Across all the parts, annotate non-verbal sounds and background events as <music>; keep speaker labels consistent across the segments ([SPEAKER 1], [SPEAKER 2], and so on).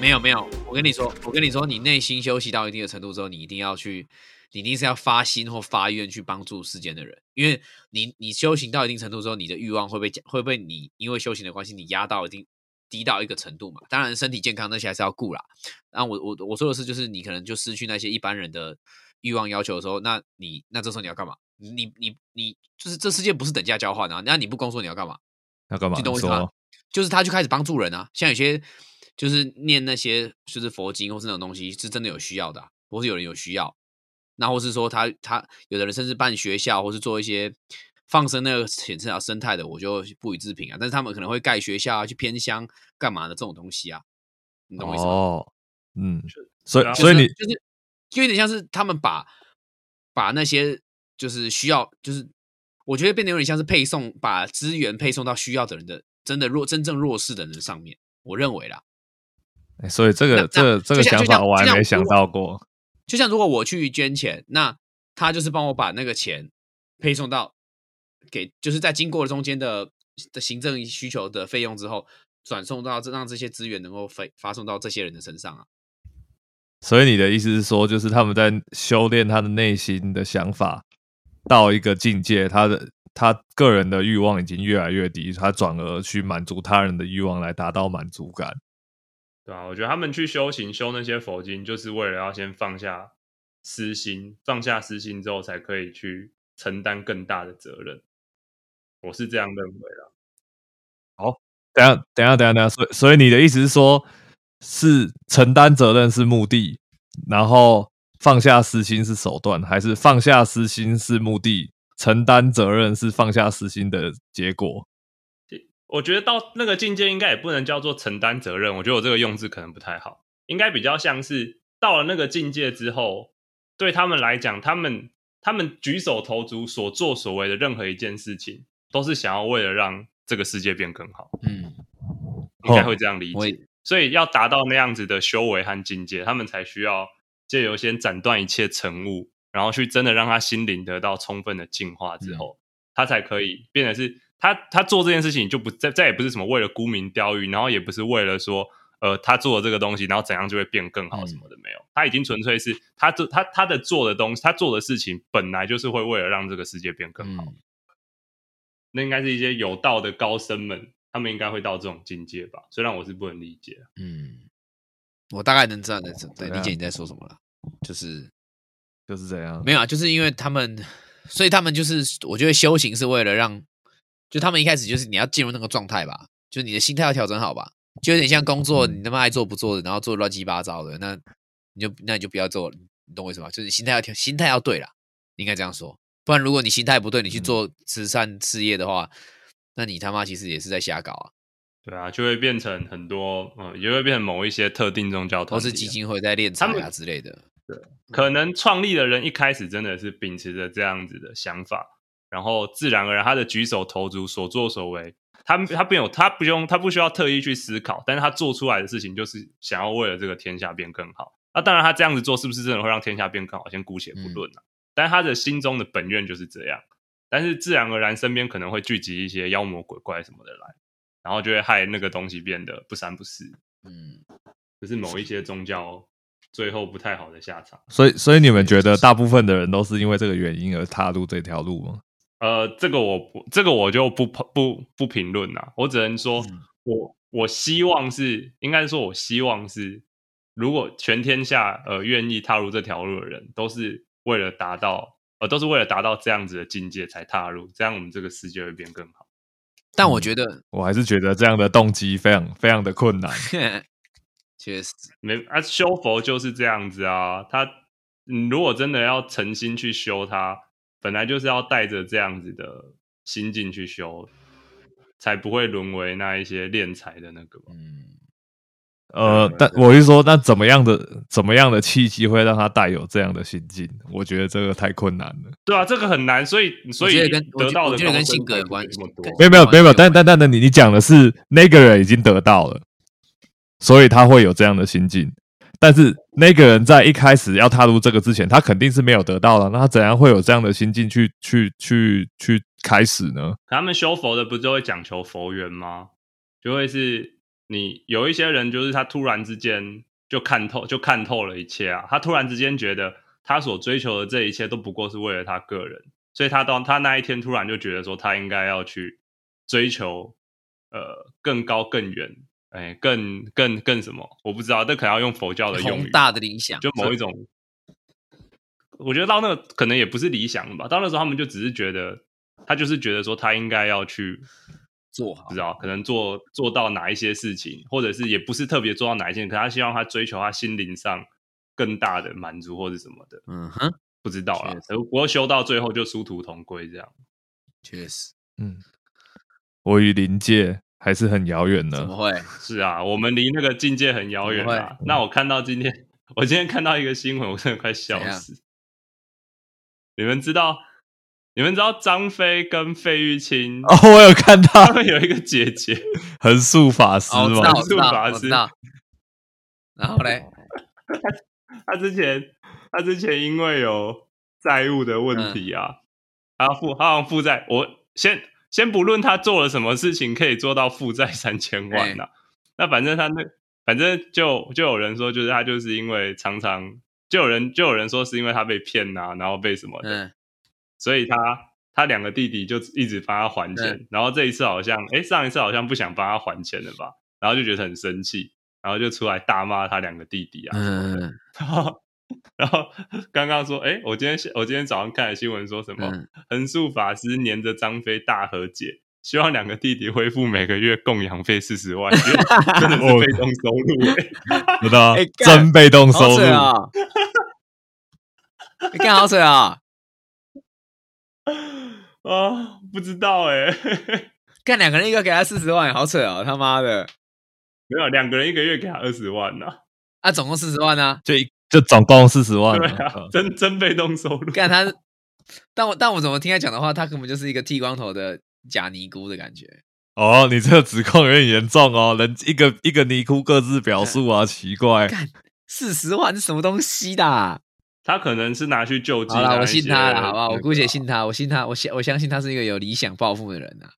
[SPEAKER 1] 没有没有，我跟你说，我跟你说，你内心休息到一定的程度之后，你一定要去，你一定是要发心或发愿去帮助世间的人，因为你你修行到一定程度之后，你的欲望会被会被你因为修行的关系，你压到一定低到一个程度嘛。当然，身体健康那些还是要顾啦。那我我我说的是，就是你可能就失去那些一般人的欲望要求的时候，那你那这时候你要干嘛？你你你就是这世界不是等价交换啊！那你不工作你要干嘛？
[SPEAKER 2] 要干嘛？
[SPEAKER 1] 你懂我意思
[SPEAKER 2] 说
[SPEAKER 1] 吗？就是他就开始帮助人啊。像有些就是念那些就是佛经或是那种东西，是真的有需要的啊、或是有人有需要，那或是说他他有的人甚至办学校或是做一些放生那个潜生啊生态的，我就不予置评啊。但是他们可能会盖学校啊，去偏乡干嘛的这种东西啊，你懂我意思吗？
[SPEAKER 2] 哦，嗯，所
[SPEAKER 3] 对啊
[SPEAKER 2] 以所以
[SPEAKER 1] 就
[SPEAKER 2] 你
[SPEAKER 1] 是就是就有点像是他们把把那些就是需要，就是我觉得变得有点像是配送，把资源配送到需要的人的真的弱真正弱势的人上面，我认为啦。
[SPEAKER 2] 哎所以这
[SPEAKER 1] 那
[SPEAKER 2] 个
[SPEAKER 1] 那
[SPEAKER 2] 这个这
[SPEAKER 1] 就
[SPEAKER 2] 个
[SPEAKER 1] 像
[SPEAKER 2] 想
[SPEAKER 1] 就像
[SPEAKER 2] 法我还
[SPEAKER 1] 就像
[SPEAKER 2] 没想
[SPEAKER 1] 如果
[SPEAKER 2] 到过。
[SPEAKER 1] 就像如果我去捐钱，那他就是帮我把那个钱配送到给，就是在经过中间的的行政需求的费用之后，转送到这让这些资源能够发发送到这些人的身上啊。
[SPEAKER 2] 所以你的意思是说，就是他们在修炼他的内心的想法到一个境界，他的他个人的欲望已经越来越低，他转而去满足他人的欲望来达到满足感。
[SPEAKER 3] 对啊，我觉得他们去修行修那些佛经，就是为了要先放下私心，放下私心之后，才可以去承担更大的责任。我是这样认为啦。
[SPEAKER 2] 等一下，等一下，等一下，等一下，所以所以你的意思是说，是承担责任是目的，然后放下私心是手段，还是放下私心是目的，承担责任是放下私心的结果？
[SPEAKER 3] 我觉得到那个境界，应该也不能叫做承担责任。我觉得我这个用字可能不太好，应该比较像是到了那个境界之后，对他们来讲，他们他们举手投足所作所为的任何一件事情，都是想要为了让这个世界变更好，
[SPEAKER 1] 嗯，
[SPEAKER 3] 应该会这样理解。
[SPEAKER 1] 我也
[SPEAKER 3] 所以要达到那样子的修为和境界，他们才需要借由先斩断一切尘雾，然后去真的让他心灵得到充分的净化之
[SPEAKER 1] 嗯
[SPEAKER 3] 后，他才可以变得是他他做这件事情就不再再也不是什么为了沽名钓誉，然后也不是为了说呃他做了这个东西，然后怎样就会变更好
[SPEAKER 1] 嗯
[SPEAKER 3] 什么的没有，他已经纯粹是他做他他的做的东西，他做的事情本来就是会为了让这个世界变更好，
[SPEAKER 1] 嗯
[SPEAKER 3] 那应该是一些有道的高僧们，他们应该会到这种境界吧，虽然我是不能理解。
[SPEAKER 1] 嗯，我大概能知道你在
[SPEAKER 3] 哦
[SPEAKER 1] 对
[SPEAKER 2] 怎
[SPEAKER 1] 理解
[SPEAKER 2] 样
[SPEAKER 3] 啊
[SPEAKER 1] 你在说什么了，就是
[SPEAKER 2] 就是这样。
[SPEAKER 1] 没有啊，就是因为他们，所以他们就是我觉得修行是为了让，就他们一开始就是你要进入那个状态吧，就是你的心态要调整好吧，就有点像工作，
[SPEAKER 2] 嗯
[SPEAKER 1] 你他妈爱做不做的，然后做乱七八糟的，那你就那你就不要做了，你懂我意思吗？就是你心态要调，心态要对啦，应该这样说，不然如果你心态不对，你去
[SPEAKER 2] 嗯
[SPEAKER 1] 做慈善事业的话，那你他妈其实也是在瞎搞啊，
[SPEAKER 3] 对啊，就会变成很多，嗯，也会变成某一些特定宗教团
[SPEAKER 1] 都
[SPEAKER 3] 体啊、
[SPEAKER 1] 是基金会在敛财
[SPEAKER 3] 他
[SPEAKER 1] 啊
[SPEAKER 3] 们
[SPEAKER 1] 之类的，
[SPEAKER 3] 可能创立的人一开始真的是秉持着这样子的想法，然后自然而然他的举手投足、所作所为，他他不用他不用他不需要特意去思考，但是他做出来的事情就是想要为了这个天下变更好。那、当然，他这样子做是不是真的会让天下变更好，先姑且
[SPEAKER 1] 嗯
[SPEAKER 3] 不论啊。但是他的心中的本愿就是这样，但是自然而然身边可能会聚集一些妖魔鬼怪什么的来，然后就会害那个东西变得不三不四，
[SPEAKER 1] 嗯，
[SPEAKER 3] 这是某一些宗教最后不太好的下场。
[SPEAKER 2] 所以，所以你们觉得大部分的人都是因为这个原因而踏入这条路吗？
[SPEAKER 3] 呃，这个我不，这个我就不不不评论啦。我只能说，我我希望是，应该说，我希望是，如果全天下呃愿意踏入这条路的人，都是为了达到，呃，都是为了达到这样子的境界才踏入，这样我们这个世界会变更好。
[SPEAKER 1] 但
[SPEAKER 3] 嗯
[SPEAKER 1] 我觉得
[SPEAKER 2] 我还是觉得这样的动机非常非常的困难。
[SPEAKER 1] 确实。
[SPEAKER 3] 没啊，修佛就是这样子啊。他，你如果真的要诚心去修它，本来就是要带着这样子的心境去修，才不会沦为那一些敛财的那个吧。
[SPEAKER 1] 嗯，
[SPEAKER 2] 呃，但我是说，那怎么样的怎么样的契机会让他带有这样的心境？我觉得这个太困难了。
[SPEAKER 3] 对啊，这个很难，所以所
[SPEAKER 1] 我
[SPEAKER 3] 以
[SPEAKER 1] 觉得跟我
[SPEAKER 3] 得
[SPEAKER 1] 觉
[SPEAKER 3] 到
[SPEAKER 1] 我
[SPEAKER 3] 的
[SPEAKER 1] 觉得跟
[SPEAKER 3] 高
[SPEAKER 1] 性格
[SPEAKER 3] 分
[SPEAKER 1] 有关
[SPEAKER 3] 才
[SPEAKER 1] 系
[SPEAKER 3] 会这么
[SPEAKER 2] 没
[SPEAKER 3] 多
[SPEAKER 2] 有没有没有没有，
[SPEAKER 1] 完
[SPEAKER 2] 但
[SPEAKER 1] 全
[SPEAKER 2] 但但但你你讲的是那个人已经得到了，所以他会有这样的心境。但是那个人在一开始要踏入这个之前，他肯定是没有得到了，那他怎样会有这样的心境去去去去开始呢？
[SPEAKER 3] 他们修佛的不就会讲求佛缘吗？就会是你有一些人就是他突然之间就看透，就看透了一切啊，他突然之间觉得他所追求的这一切都不过是为了他个人，所以他到他那一天突然就觉得说他应该要去追求呃更高更远，哎，更更更什么？我不知道，这可能要用佛教的用
[SPEAKER 1] 宏
[SPEAKER 3] 语，
[SPEAKER 1] 大的理想，
[SPEAKER 3] 就某一种。我觉得到那个可能也不是理想吧，到那时候他们就只是觉得，他就是觉得说他应该要去
[SPEAKER 1] 做好
[SPEAKER 3] 不知道，可能做做到哪一些事情，或者是也不是特别做到哪一件，可他希望他追求他心灵上更大的满足或者什么的，
[SPEAKER 1] 嗯哼，
[SPEAKER 3] 不知道啦
[SPEAKER 1] 确实。
[SPEAKER 3] 不过修到最后就殊途同归这样。
[SPEAKER 1] 确实，
[SPEAKER 2] 嗯，我与临界还是很遥远
[SPEAKER 1] 怎
[SPEAKER 2] 呢
[SPEAKER 1] 么。会？
[SPEAKER 3] 是啊，我们离那个境界很遥远
[SPEAKER 1] 怎么
[SPEAKER 3] 啊。那我看到今天，我今天看到一个新闻，我真的快笑
[SPEAKER 1] 怎样
[SPEAKER 3] 死。你们知道，你们知道张飞跟费玉清，
[SPEAKER 2] <laughs> 哦，我有看
[SPEAKER 3] 他
[SPEAKER 2] 到
[SPEAKER 3] 们有一个姐姐，
[SPEAKER 2] 横竖法师
[SPEAKER 1] 哦，我知
[SPEAKER 2] 嘛
[SPEAKER 1] 道，，我知道，
[SPEAKER 3] 法
[SPEAKER 1] 我知
[SPEAKER 3] 师
[SPEAKER 1] 道。然后
[SPEAKER 2] <laughs>
[SPEAKER 1] 嘞，
[SPEAKER 3] 他之前他之前因为有债务的问题啊，他负他好像负债，我先先不论他做了什么事情可以做到负债三千万呐、那反正他那反正就就有人说，就是他就是因为常常就有人就有人说是因为他被骗呐、然后被什么的，
[SPEAKER 1] 嗯，
[SPEAKER 3] 所以他他两个弟弟就一直帮他还钱，然后这一次好像，哎，上一次好像不想帮他还钱了吧，然后就觉得很生气，然后就出来大骂他两个弟弟啊，
[SPEAKER 1] 嗯
[SPEAKER 3] 然后，然后刚刚说，哎，我今天我今天早上看了新闻，说什么
[SPEAKER 1] 嗯
[SPEAKER 3] 横竖法师黏着张飞大和解，希望两个弟弟恢复每个月供养费四十万，因为
[SPEAKER 1] <laughs>
[SPEAKER 3] 真的
[SPEAKER 1] 哦
[SPEAKER 3] 是被动收入、欸。 <laughs>
[SPEAKER 2] 知道
[SPEAKER 1] 哎干
[SPEAKER 2] 真被动
[SPEAKER 1] 好
[SPEAKER 2] 收
[SPEAKER 1] 水
[SPEAKER 2] 入，
[SPEAKER 1] 啊！ <laughs> 你干好水啊！
[SPEAKER 3] 啊，不知道哎、
[SPEAKER 1] 干两个人，一个给他四十万，好扯哦！他妈的，
[SPEAKER 3] <laughs> 没有两个人一个月给他二十万呐、
[SPEAKER 1] 啊，总共四十万呢、
[SPEAKER 2] 就一就总共四十
[SPEAKER 1] 嗯
[SPEAKER 2] 万
[SPEAKER 3] 对
[SPEAKER 2] 了。
[SPEAKER 3] 啊，真真被动收入。
[SPEAKER 1] 干他是，但我但我怎么听他讲的话，他根本就是一个剃光头的假尼姑的感觉。
[SPEAKER 2] 哦，你这个指控有点严重哦，人一个一个尼姑各自表述啊，奇怪。
[SPEAKER 1] 干四十万是什么东西的啊？
[SPEAKER 3] 他可能是拿去救济
[SPEAKER 1] 好
[SPEAKER 3] 那一些那个
[SPEAKER 1] 啦，我
[SPEAKER 3] 啊。
[SPEAKER 1] 信他了，好不好？我姑
[SPEAKER 3] 啊
[SPEAKER 1] 且信他，我信他，我相我相信他是一个有理想抱负的人呐、啊。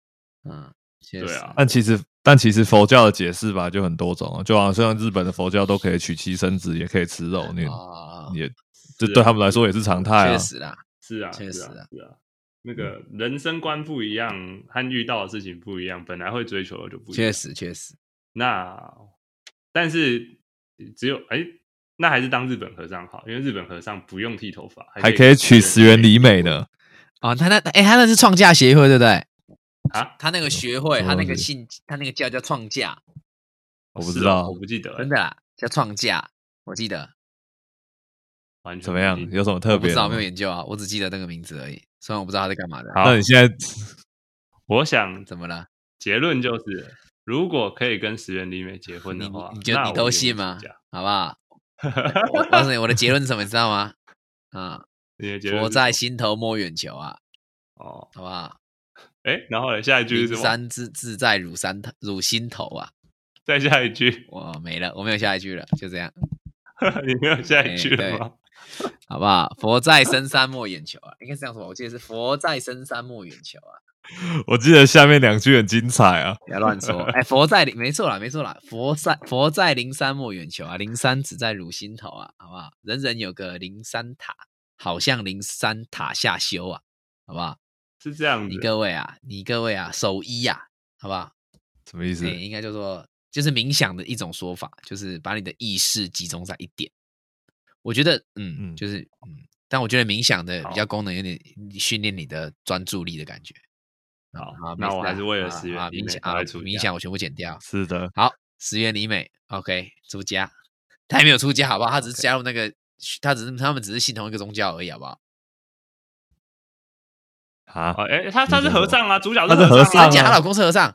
[SPEAKER 1] 嗯，确实
[SPEAKER 3] 对啊
[SPEAKER 2] 但其实，但其实佛教的解释吧，就很多种啊，就好像日本的佛教都可以娶妻生子，也可以吃肉，
[SPEAKER 3] 嗯
[SPEAKER 2] 你
[SPEAKER 1] 哦，
[SPEAKER 2] 也这对他们来说也是常态
[SPEAKER 1] 确
[SPEAKER 2] 啊。
[SPEAKER 1] 实啦，
[SPEAKER 3] 是啊，
[SPEAKER 1] 确
[SPEAKER 3] 是啊
[SPEAKER 1] 实啊，嗯
[SPEAKER 3] 是啊。那个人生观不一样，和遇到的事情不一样，本来会追求的就不一样。
[SPEAKER 1] 确实确实，
[SPEAKER 3] 那但是只有哎，那还是当日本和尚好，因为日本和尚不用剃头发，
[SPEAKER 2] 还可以娶石原
[SPEAKER 3] 里
[SPEAKER 2] 里美呢，
[SPEAKER 1] 哦，他那哎、他那是创价协会对不对？
[SPEAKER 3] 啊，
[SPEAKER 1] 他那个学会，
[SPEAKER 2] 什么
[SPEAKER 1] 他那
[SPEAKER 2] 东
[SPEAKER 1] 个
[SPEAKER 2] 西
[SPEAKER 1] 姓，他那个教叫创价，
[SPEAKER 2] 我不知
[SPEAKER 3] 是哦
[SPEAKER 1] 啊
[SPEAKER 2] 道
[SPEAKER 3] 我不记得，
[SPEAKER 1] 真的啦，叫创价，我记得，
[SPEAKER 3] 完全
[SPEAKER 2] 怎么样
[SPEAKER 3] 不，记得
[SPEAKER 2] 有什么特
[SPEAKER 1] 我不
[SPEAKER 2] 别
[SPEAKER 1] 知道我
[SPEAKER 2] 的
[SPEAKER 1] 没有
[SPEAKER 2] 吗？
[SPEAKER 1] 研究啊，我只记得那个名字而已，虽然我不知道他在干嘛的。
[SPEAKER 3] 好
[SPEAKER 2] 那你现在 <laughs>
[SPEAKER 3] 我想
[SPEAKER 1] 怎么了？
[SPEAKER 3] 结论就是，如果可以跟石原里美结婚的话，
[SPEAKER 1] 你你觉得
[SPEAKER 3] 那
[SPEAKER 1] 你
[SPEAKER 3] 我
[SPEAKER 1] 都
[SPEAKER 3] 愿意
[SPEAKER 1] 信吗
[SPEAKER 3] 参加？
[SPEAKER 1] 好不好？
[SPEAKER 3] <laughs>
[SPEAKER 1] 我我告诉你，我的结论是什么，你知道吗？啊，
[SPEAKER 3] 你的结论
[SPEAKER 1] 佛
[SPEAKER 3] 是
[SPEAKER 1] 在心头摸远求啊，
[SPEAKER 3] 哦，
[SPEAKER 1] 好不好？
[SPEAKER 3] 哎，然后呢，下一句是
[SPEAKER 1] 灵
[SPEAKER 3] 什么？
[SPEAKER 1] 山自自在汝山头汝心头啊，
[SPEAKER 3] 再下一句， <laughs>
[SPEAKER 1] 我没了，我没有下一句了，就这样，
[SPEAKER 3] 你没有下一
[SPEAKER 1] 哎
[SPEAKER 3] 句
[SPEAKER 1] 对
[SPEAKER 3] 了吗？
[SPEAKER 1] 好不好？佛在深山莫远求啊，应该是这样说吧？我记得是佛在深山莫远求啊。
[SPEAKER 2] 我记得下面两句很精彩啊，
[SPEAKER 1] 不要乱
[SPEAKER 3] <laughs>
[SPEAKER 1] 说。哎，佛在灵，没错啦，没错啦，佛在佛在灵山莫远求啊，灵山只在汝心头啊，好不好？人人有个灵山塔，好像灵山塔下修啊，好不好？
[SPEAKER 3] 是这样
[SPEAKER 1] 你
[SPEAKER 3] 子，
[SPEAKER 1] 各位啊，你各位啊，守一啊，好不好？
[SPEAKER 2] 什么意思
[SPEAKER 1] 哎，？应该叫做就是冥想的一种说法，就是把你的意识集中在一点。我觉得，嗯，
[SPEAKER 2] 嗯
[SPEAKER 1] 就是嗯，但我觉得冥想的
[SPEAKER 3] 好
[SPEAKER 1] 比较功能有点训练你的专注力的感觉。
[SPEAKER 3] 好
[SPEAKER 1] 啊
[SPEAKER 3] 那
[SPEAKER 1] 没事
[SPEAKER 3] 我还
[SPEAKER 1] 啊
[SPEAKER 3] 是为了
[SPEAKER 1] 啊
[SPEAKER 3] 石原
[SPEAKER 1] 啊
[SPEAKER 3] 里
[SPEAKER 1] 冥
[SPEAKER 3] 美
[SPEAKER 1] 想
[SPEAKER 3] 赶
[SPEAKER 1] 啊，
[SPEAKER 3] 快出
[SPEAKER 1] 冥
[SPEAKER 3] 家
[SPEAKER 1] 想我全部剪掉。
[SPEAKER 2] 是的，
[SPEAKER 1] 好，石原里美，OK，出家，他还没有出家，好不好？他只是加入那个，他只是他们只是信同一个宗教而已，好不好？
[SPEAKER 2] 啊，
[SPEAKER 3] 哦，哎，他他是和尚啊，主角
[SPEAKER 2] 他是和尚
[SPEAKER 1] 她
[SPEAKER 2] 啊
[SPEAKER 1] 假她老公是和尚，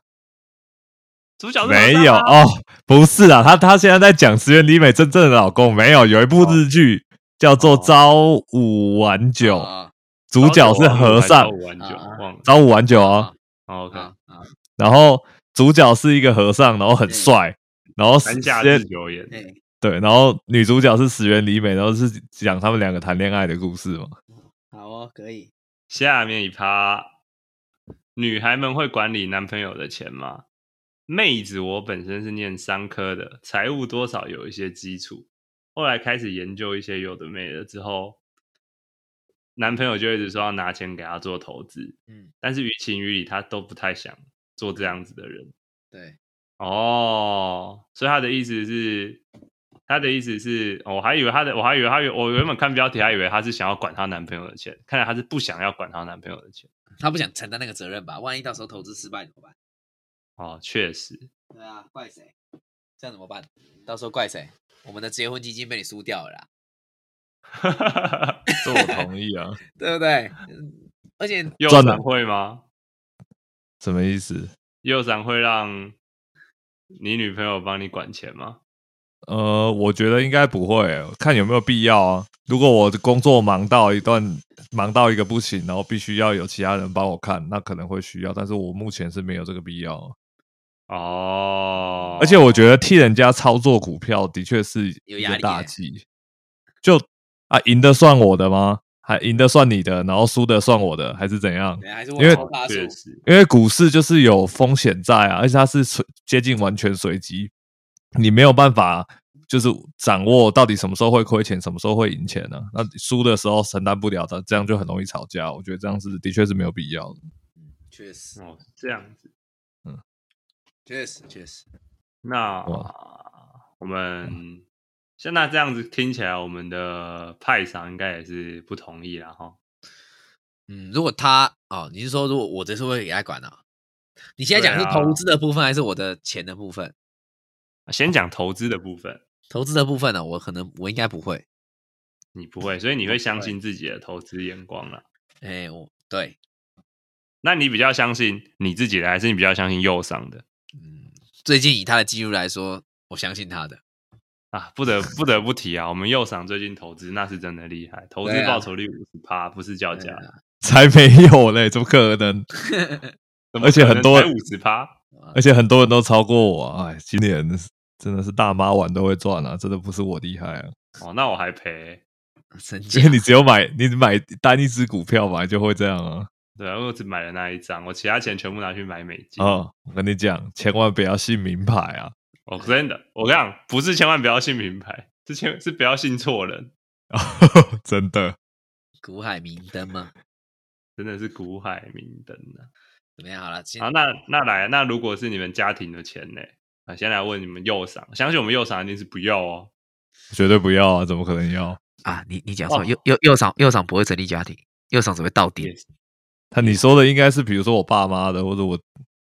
[SPEAKER 3] 主角是和尚啊
[SPEAKER 2] 没有哦，不是啦，他他现在在讲石原里美真正的老公没有，有一部日剧叫做
[SPEAKER 3] 哦
[SPEAKER 2] 《朝五晚九》，
[SPEAKER 1] 啊
[SPEAKER 2] 主角是和尚
[SPEAKER 3] 朝，九晚九
[SPEAKER 1] 啊
[SPEAKER 3] 忘了。
[SPEAKER 2] 朝五晚九哦，
[SPEAKER 3] 哦，OK，
[SPEAKER 1] 啊啊！
[SPEAKER 2] 然后主角是一个和尚，然后很帅，然后
[SPEAKER 3] 山
[SPEAKER 2] 石
[SPEAKER 3] 下
[SPEAKER 2] 原
[SPEAKER 3] 智久演
[SPEAKER 1] 哎，
[SPEAKER 2] 对，然后女主角是石原里美，然后是讲他们两个谈恋爱的故事嘛。
[SPEAKER 1] 好哦，可以。
[SPEAKER 3] 下面一趴，女孩们会管理男朋友的钱吗？妹子，我本身是念商科的，财务多少有一些基础。后来开始研究一些有的没的之后，男朋友就一直说要拿钱给他做投资，
[SPEAKER 1] 嗯，
[SPEAKER 3] 但是于情于理他都不太想做这样子的人。
[SPEAKER 1] 对，
[SPEAKER 3] 哦，所以他的意思是，他的意思是，哦我还以为他的，我还以为他原，我原本看标题还以为他是想要管她男朋友的钱，看来他是不想要管她男朋友的钱。
[SPEAKER 1] 他不想承担那个责任吧？万一到时候投资失败怎么办？
[SPEAKER 3] 哦，确实， <laughs>
[SPEAKER 1] 对啊，怪谁？这样怎么办？到时候怪谁？我们的结婚基金被你输掉了啦，
[SPEAKER 2] 这我同意啊。
[SPEAKER 1] 对不对？嗯而且
[SPEAKER 3] 右
[SPEAKER 2] 赚了
[SPEAKER 3] 闪会吗？
[SPEAKER 2] <laughs> 什么意思？
[SPEAKER 3] 右闪会让你女朋友帮你管钱吗？
[SPEAKER 2] 呃，我觉得应该不会欸，看有没有必要啊。如果我工作忙到一段，忙到一个不行，然后必须要有其他人帮我看，那可能会需要，但是我目前是没有这个必要啊。
[SPEAKER 3] 哦，
[SPEAKER 2] 而且我觉得替人家操作股票的确是
[SPEAKER 1] 有
[SPEAKER 2] 一
[SPEAKER 1] 压
[SPEAKER 2] 个
[SPEAKER 1] 力
[SPEAKER 2] 大
[SPEAKER 1] 耶
[SPEAKER 2] 忌。就啊，赢的算我的吗？还赢的算你的，然后输的算我的，还是怎样
[SPEAKER 1] 对？哎还是
[SPEAKER 2] 因为
[SPEAKER 1] 我头大数
[SPEAKER 3] 哦确实，
[SPEAKER 2] 因为股市就是有风险在啊，而且它是随接近完全随机，你没有办法就是掌握到底什么时候会亏钱，什么时候会赢钱呢、那输的时候承担不了的，这样就很容易吵架。我觉得这样是的确是没有必要的。 <laughs>
[SPEAKER 1] 确实，
[SPEAKER 3] 哦，这样子，
[SPEAKER 1] 确实，确实，
[SPEAKER 3] 那我们像那这样子听起来，我们的派上应该也是不同意了哈。
[SPEAKER 1] 嗯，如果他哦，你是说如果我这是会给他管啊？你现在讲
[SPEAKER 3] 对
[SPEAKER 1] 是
[SPEAKER 3] 啊
[SPEAKER 1] 投资的部分还是我的钱的部分？
[SPEAKER 3] 先讲投资的部分，
[SPEAKER 1] 投资的部分呢、我可能我应该不会。
[SPEAKER 3] 你不会，所以你会相信自己的投资眼光了。
[SPEAKER 1] 哎，我对，
[SPEAKER 3] 那你比较相信你自己的，还是你比较相信右上的
[SPEAKER 1] 嗯，最近以他的记录来说，我相信他的。
[SPEAKER 3] 啊？不得不得不提啊，我们右上最近投资那是真的厉害，投资
[SPEAKER 1] 对啊
[SPEAKER 3] 报酬率五十趴，不是叫价
[SPEAKER 1] 对，啊
[SPEAKER 2] 才没有嘞，怎么可能？
[SPEAKER 1] <laughs>
[SPEAKER 2] 而且很多
[SPEAKER 3] 五十趴，
[SPEAKER 2] 而且很多人都超过我、啊，哎，今年真的是大妈玩都会赚啊，真的不是我厉害啊。
[SPEAKER 3] 哦，那我还赔，
[SPEAKER 1] 神
[SPEAKER 2] 因
[SPEAKER 1] 经
[SPEAKER 2] 为你只有买，你买单一只股票买就会这样啊。
[SPEAKER 3] 对啊，因为我只买了那一张，我其他钱全部拿去买美金。
[SPEAKER 2] 哦，我跟你讲，千万不要信名牌啊。 <laughs>
[SPEAKER 3] 哦，真的，我跟你讲，不是千万不要信品牌，是千是不要信错人，
[SPEAKER 2] 真的，
[SPEAKER 1] 古海明灯吗？
[SPEAKER 3] 真的是股海明灯啊！
[SPEAKER 1] 怎么样？好了，先
[SPEAKER 3] 好，那那来，那如果是你们家庭的钱呢？啊，先来问你们右赏，相信我们右赏一定是不要哦。
[SPEAKER 2] 绝对不要啊！怎么可能要？
[SPEAKER 1] 啊，你你讲
[SPEAKER 3] 哦
[SPEAKER 1] 说右右右赏右赏不会成立家庭，右赏只会倒
[SPEAKER 3] 也
[SPEAKER 1] 地。
[SPEAKER 3] 是
[SPEAKER 2] 他你说的应该是，比如说我爸妈的，或者我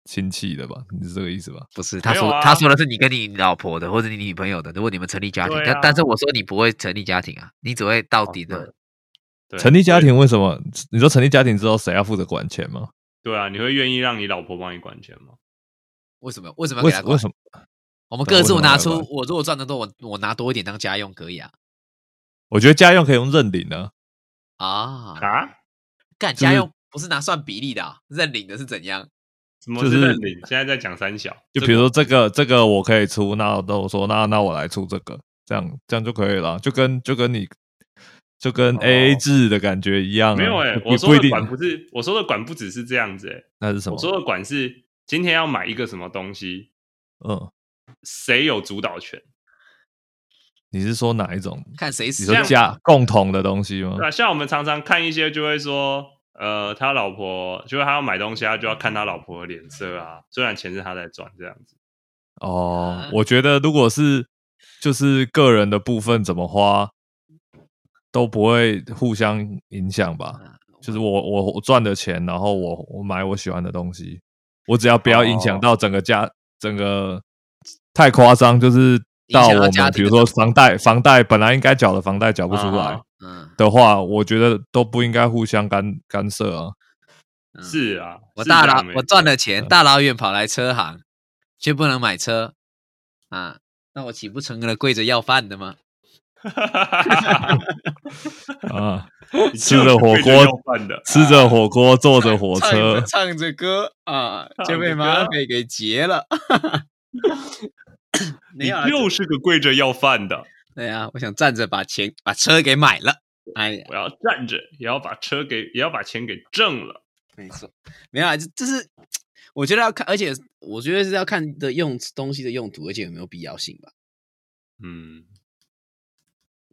[SPEAKER 2] 亲戚的吧？你是这个意思吧？
[SPEAKER 1] 不是，他
[SPEAKER 3] 没有
[SPEAKER 1] 说、
[SPEAKER 3] 啊
[SPEAKER 1] 他说的是你跟你老婆的或者你女朋友的，如果你们成立家庭，
[SPEAKER 3] 对啊哦
[SPEAKER 1] 但但是我说你不会成立家庭啊，你只会到底的。
[SPEAKER 3] 对
[SPEAKER 2] 成立家庭为什么？你说成立家庭之后，谁要负责管钱吗？
[SPEAKER 3] 对啊，你会愿意让你老婆帮你管钱吗？
[SPEAKER 1] 为什么？为什么要
[SPEAKER 2] 为
[SPEAKER 1] 给
[SPEAKER 2] 什
[SPEAKER 3] 啊
[SPEAKER 1] 他
[SPEAKER 2] 为
[SPEAKER 1] 管？
[SPEAKER 2] 什么？
[SPEAKER 1] 我们
[SPEAKER 2] 对
[SPEAKER 1] 各自
[SPEAKER 2] 为什么
[SPEAKER 1] 拿
[SPEAKER 2] 要
[SPEAKER 1] 出
[SPEAKER 2] 管，
[SPEAKER 1] 我如果赚得多，我我拿多一点当家用可以啊。
[SPEAKER 2] 我觉得家用可以用认领啊，
[SPEAKER 1] 啊，
[SPEAKER 3] 啊？
[SPEAKER 1] 干
[SPEAKER 2] 就
[SPEAKER 1] 家
[SPEAKER 2] 是
[SPEAKER 1] 用不是拿算比例的、啊，认领的是怎样？
[SPEAKER 3] 什么
[SPEAKER 2] 就是
[SPEAKER 3] 是认领？现在在讲三小，
[SPEAKER 2] 就比如说这个这个我可以出，那那我说那那我来出这个，这样这样就可以了，啊就跟就跟你就跟
[SPEAKER 3] 哦
[SPEAKER 2] A A 制的感觉一样、啊。
[SPEAKER 3] 没有哎、
[SPEAKER 2] 不
[SPEAKER 3] 我
[SPEAKER 2] 不
[SPEAKER 3] 说
[SPEAKER 2] 一
[SPEAKER 3] 的
[SPEAKER 2] 定，
[SPEAKER 3] 管不是我说的管不只是这样子哎、
[SPEAKER 2] 那是什么
[SPEAKER 3] 我？说的管是今天要买一个什么东西，
[SPEAKER 2] 嗯，
[SPEAKER 3] 谁有主导权？
[SPEAKER 2] 你是说哪一种？
[SPEAKER 1] 看谁
[SPEAKER 2] 你
[SPEAKER 1] 死
[SPEAKER 2] 说
[SPEAKER 1] 啊。
[SPEAKER 2] 家共同的东西吗
[SPEAKER 3] 对？啊，像我们常常看一些就会说，呃，他老婆就是他要买东西，他就要看他老婆的脸色啊，虽然钱是他在赚这样子。
[SPEAKER 2] 哦
[SPEAKER 1] 啊，
[SPEAKER 2] 我觉得如果是就是个人的部分怎么花，都不会互相影响吧。
[SPEAKER 1] 啊
[SPEAKER 2] 就是我我我赚的钱，然后我我买我喜欢的东西，我只要不要影响
[SPEAKER 3] 哦
[SPEAKER 2] 到整个家、整个太夸张，就是到
[SPEAKER 1] 影响到
[SPEAKER 2] 我
[SPEAKER 1] 家
[SPEAKER 2] 们
[SPEAKER 1] 庭
[SPEAKER 2] 比如
[SPEAKER 1] 的
[SPEAKER 2] 说
[SPEAKER 1] 状况
[SPEAKER 2] 房贷房贷本来应该缴的房贷缴不出
[SPEAKER 3] 啊
[SPEAKER 2] 来
[SPEAKER 3] 哈
[SPEAKER 1] 嗯，
[SPEAKER 2] 的话，我觉得都不应该互相干干涉
[SPEAKER 1] <laughs>
[SPEAKER 2] 啊。
[SPEAKER 1] 嗯
[SPEAKER 3] 是啊，
[SPEAKER 1] 我
[SPEAKER 3] 是
[SPEAKER 1] 大
[SPEAKER 3] 这样
[SPEAKER 1] 老
[SPEAKER 3] 没
[SPEAKER 1] 我
[SPEAKER 3] 错嗯
[SPEAKER 1] 赚了钱，大老远跑来车行，却不能买车啊，那我岂不成了跪着要饭的吗？呃
[SPEAKER 2] 啊，
[SPEAKER 3] <laughs> 你
[SPEAKER 2] 吃
[SPEAKER 3] 就
[SPEAKER 2] 着
[SPEAKER 3] 是
[SPEAKER 2] 火
[SPEAKER 3] 被
[SPEAKER 2] 锅
[SPEAKER 3] 人要饭的，
[SPEAKER 2] 吃着火锅，坐着火
[SPEAKER 1] 唱着
[SPEAKER 2] 车，
[SPEAKER 1] 唱着歌啊，
[SPEAKER 3] 唱
[SPEAKER 1] 就被
[SPEAKER 3] 着
[SPEAKER 1] 马
[SPEAKER 3] 歌
[SPEAKER 1] 匪给劫了。没
[SPEAKER 3] 你
[SPEAKER 1] 有啊，
[SPEAKER 3] 就是个跪着要饭的。
[SPEAKER 1] 对啊，我想站着把钱把车给买了。哎呀，
[SPEAKER 3] 我要站着，也要把车给，也要把钱给挣了。
[SPEAKER 1] 没错，没有啊，就就是
[SPEAKER 4] 我觉得要看，而且我觉得是要看的用东西的用途，而且有没有必要性吧。
[SPEAKER 3] 嗯，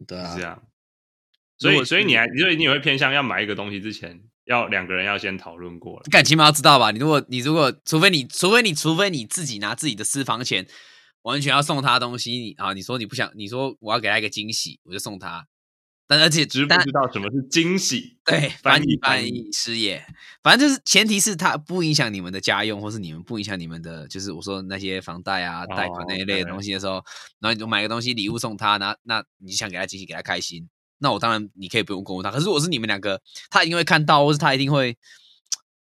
[SPEAKER 4] 对
[SPEAKER 3] 是
[SPEAKER 4] 啊
[SPEAKER 3] 这，样。所
[SPEAKER 1] 如
[SPEAKER 3] 以，
[SPEAKER 1] 果
[SPEAKER 3] 所以
[SPEAKER 1] 是
[SPEAKER 3] 你还，所以你也会偏向要买一个东西之前，要两个人要先讨论过了。
[SPEAKER 1] 感起码要知道吧？你如果你如果除非你除非你除非你自己拿自己的私房钱，完全要送他东西，你啊，你说你不想，你说我要给他一个惊喜，我就送他。但而且
[SPEAKER 3] 知不
[SPEAKER 1] 但
[SPEAKER 3] 知道什么是惊喜？
[SPEAKER 1] 对
[SPEAKER 3] 翻
[SPEAKER 1] 翻
[SPEAKER 3] 译
[SPEAKER 1] 译
[SPEAKER 3] 翻
[SPEAKER 1] 翻
[SPEAKER 3] 译
[SPEAKER 1] 译师爷，反正就是前提是他不影响你们的家用，或是你们不影响你们的，就是我说那些房贷啊、贷款那一类的
[SPEAKER 3] 哦对
[SPEAKER 1] 东西的时候，然后你就买个东西礼物送他，那那你想给他惊喜，给他开心，那我当然你可以不用过问他。可是如果是你们两个，他一定会看到，或是他一定会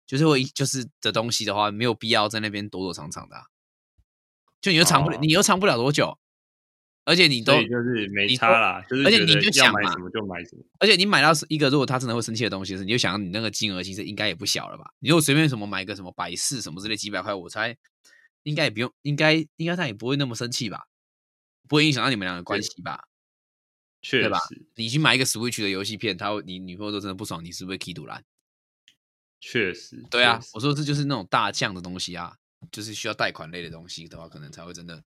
[SPEAKER 1] 就是会就是的东西的话，没有必要在那边躲躲藏藏的啊、就你又藏不了，
[SPEAKER 3] 哦
[SPEAKER 1] 你又藏不了多久，而且你都
[SPEAKER 3] 所以就是没
[SPEAKER 1] 你
[SPEAKER 3] 差
[SPEAKER 1] 都
[SPEAKER 3] 啦，就是
[SPEAKER 1] 而且
[SPEAKER 3] 觉
[SPEAKER 1] 你
[SPEAKER 3] 得
[SPEAKER 1] 就
[SPEAKER 3] 要
[SPEAKER 1] 想
[SPEAKER 3] 买
[SPEAKER 1] 嘛
[SPEAKER 3] 什么就买什么。
[SPEAKER 1] 而且你买到一个，如果他真的会生气的东西的时候，你就想你那个金额其实应该也不小了吧？你如果随便什么买个什么百事什么之类几百块，我猜应该也不用，应该应该他也不会那么生气吧？不会影响到你们俩的关系吧？
[SPEAKER 3] 确
[SPEAKER 1] 对吧
[SPEAKER 3] 实，
[SPEAKER 1] 你去买一个 Switch 的游戏片，他会你女朋友都真的不爽，你是不是 K 赌蓝？
[SPEAKER 3] 确实，
[SPEAKER 1] 对啊
[SPEAKER 3] 确实，
[SPEAKER 1] 我说这就是那种大将的东西啊，就是需要贷款类的东西的话，可能才会真的。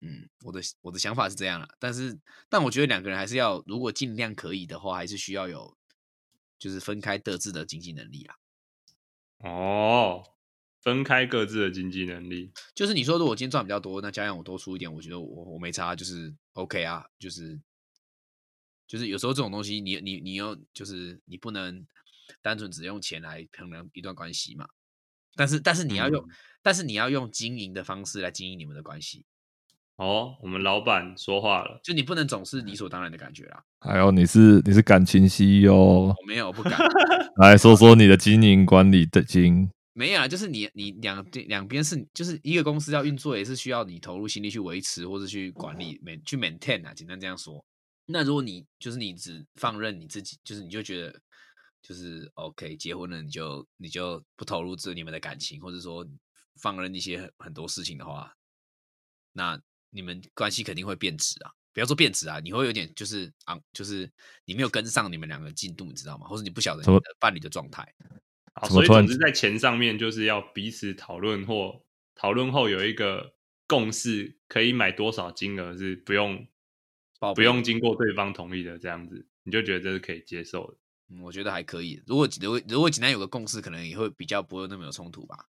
[SPEAKER 1] 嗯，我的我的想法是这样啦，但是但我觉得两个人还是要，如果尽量可以的话，还是需要有就是分开各自的经济能力啦。
[SPEAKER 3] 哦，分开各自的经济能力，
[SPEAKER 1] 就是你说，如果我今天赚比较多，那加上我多出一点，我觉得我我没差，就是 OK 啊，就是就是有时候这种东西你，你你又就是你不能单纯只用钱来衡量一段关系嘛。但是但是你要用，但是你要用经营的方式来经营你们的关系，
[SPEAKER 3] 哦，我们老板说话了，
[SPEAKER 1] 就你不能总是理所当然的感觉啦。
[SPEAKER 2] 还有哎你是你是感情 E CEO，
[SPEAKER 1] 我没有，我不敢，
[SPEAKER 2] 来说说你的经营管理的经。
[SPEAKER 1] 没有啊，就是你你两两边是就是一个公司要运作，也是需要你投入心力去维持或者去管理、m 去 maintain 啊，简单这样说。那如果你就是你只放任你自己，就是你就觉得就是 OK，结婚了你就你就不投入这你们的感情，或者说放任一些很很多事情的话，那你们关系肯定会变质啊。不要说变质啊，你会有点就是啊，就是你没有跟上你们两个进度，你知道吗？或者你不晓得
[SPEAKER 2] 怎
[SPEAKER 1] 你
[SPEAKER 2] 么
[SPEAKER 1] 的伴侣的状态。
[SPEAKER 3] 好，
[SPEAKER 2] 怎么
[SPEAKER 3] 所以
[SPEAKER 2] 突然
[SPEAKER 3] 总之在钱上面就是要彼此讨论或讨论后有一个共识，可以买多少金额是不用
[SPEAKER 1] 报备
[SPEAKER 3] 不用经过对方同意的，这样子你就觉得这是可以接受的。
[SPEAKER 1] 嗯，我觉得还可以。如果如果如果简单有个共识，可能也会比较不会那么有冲突吧。